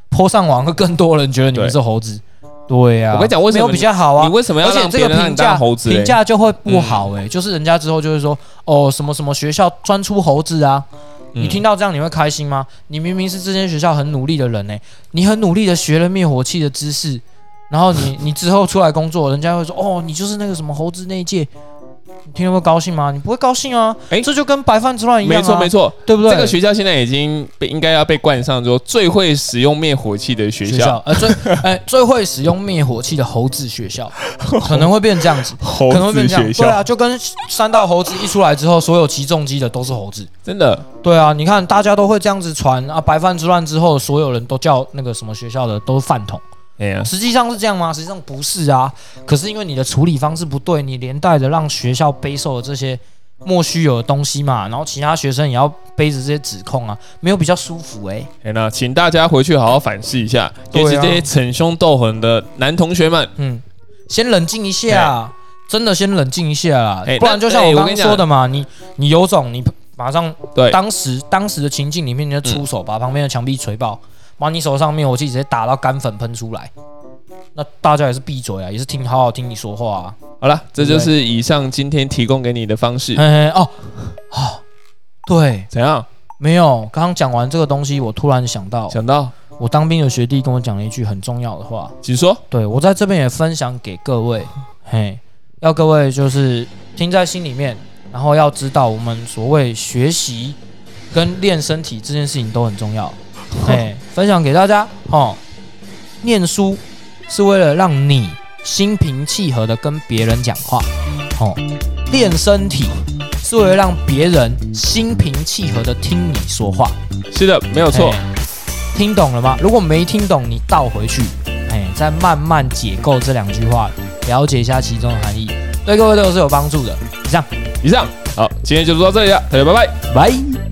S3: 泼上网会更多人觉得你们
S2: 对
S3: 是猴子。对呀、啊，
S2: 我跟你讲为什么
S3: 没有比较好啊？
S2: 你为什么要
S3: 而且
S2: 让
S3: 这
S2: 别
S3: 个
S2: 人让
S3: 评
S2: 你
S3: 价
S2: 当猴子？嗯
S3: 评
S2: 哎
S3: 价就会不好哎、就是人家之后就会说哦什么什么学校专出猴子啊，
S2: 嗯
S3: 你听到这样你会开心吗？你明明是这间学校很努力的人呢、欸你很努力的学了灭火器的知识，然 后你你之后出来工作，人家会说哦你就是那个什么猴子那一届，你听了会高兴吗？你不会高兴啊，
S2: 哎
S3: 这就跟白饭之乱一样、啊，
S2: 没错没
S3: 错，
S2: 错，
S3: 对不对？
S2: 这个学校现在已经被应该要被冠上说最会使用灭火器的学
S3: 学
S2: 校，
S3: 校呃最 哎最会使用灭火器的猴子学 校，可能会变这样子。
S2: 猴
S3: 可能会变这样，对啊，就跟三道猴子一出来之后，所有起重机的都是猴子。
S2: 真的
S3: 对啊，你看大家都会这样子传啊，白饭之乱之后，所有人都叫那个什么学校的都是饭桶，
S2: 哎呀，
S3: 实际上是这样吗？实际上不是啊，可是因为你的处理方式不对，你连带的让学校背受了这些莫须有的东西嘛，然后其他学生也要背着这些指控啊，没有比较舒服欸诶、
S2: 哎那请大家回去好好反思一下，
S3: 对啊
S2: 尤其这些逞凶斗狠的男同学们，
S3: 嗯，先冷静一下，真的先冷静一下啦，
S2: 哎
S3: 不然就像
S2: 那哎
S3: 我
S2: 我
S3: 刚
S2: 跟
S3: 刚
S2: 你讲
S3: 说的嘛，你你有种你马上
S2: 对，
S3: 当时当时的情境里面，你就出手把旁边的墙壁锤爆，把你手上灭火器直接打到干粉喷出来，那大家也是闭嘴啊，也是听好好听你说话啊。
S2: 好了，这就是以上今天提供给你的方式。
S3: 哎、哦，哦，对，
S2: 怎样？
S3: 没有，刚刚讲完这个东西，我突然想到，
S2: 想到，
S3: 我当兵的学弟跟我讲了一句很重要的话，
S2: 请说。
S3: 对我在这边也分享给各位，嘿，要各位就是听在心里面，然后要知道我们所谓学习跟练身体这件事情都很重要，嘿，分享给大家哦。念书是为了让你心平气和的跟别人讲话，哦，练身体是为了让别人心平气和的听你说话，
S2: 是的，没有
S3: 没
S2: 错。
S3: 哎听懂了吗？如果没听懂，你倒回去，哎，再慢慢解构这两句话，了解一下其中的含义，对各位都是有帮助的。以上，
S2: 以上，好，今天就到这里了，大家拜拜。
S3: 拜。